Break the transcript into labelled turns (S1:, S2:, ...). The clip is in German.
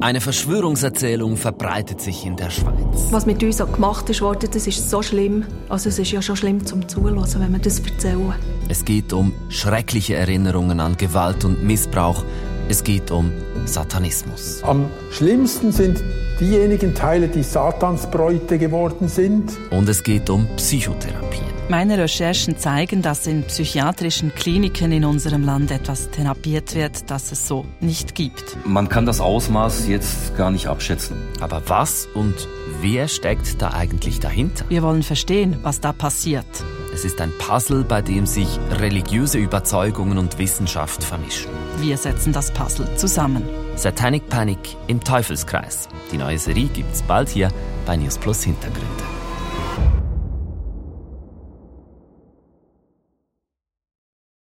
S1: Eine Verschwörungserzählung verbreitet sich in der Schweiz.
S2: Was mit uns auch gemacht ist worden, das ist so schlimm. Also es ist ja schon schlimm zum Zuhören, wenn wir das erzählen.
S1: Es geht um schreckliche Erinnerungen an Gewalt und Missbrauch. Es geht um Satanismus.
S3: Am schlimmsten sind diejenigen Teile, die Satansbräute geworden sind.
S1: Und es geht um Psychotherapie.
S4: Meine Recherchen zeigen, dass in psychiatrischen Kliniken in unserem Land etwas therapiert wird, das es so nicht gibt.
S5: Man kann das Ausmaß jetzt gar nicht abschätzen.
S1: Aber was und wer steckt da eigentlich dahinter?
S4: Wir wollen verstehen, was da passiert.
S1: Es ist ein Puzzle, bei dem sich religiöse Überzeugungen und Wissenschaft vermischen.
S4: Wir setzen das Puzzle zusammen.
S1: Satanic Panic im Teufelskreis. Die neue Serie gibt's bald hier bei News Plus Hintergründe.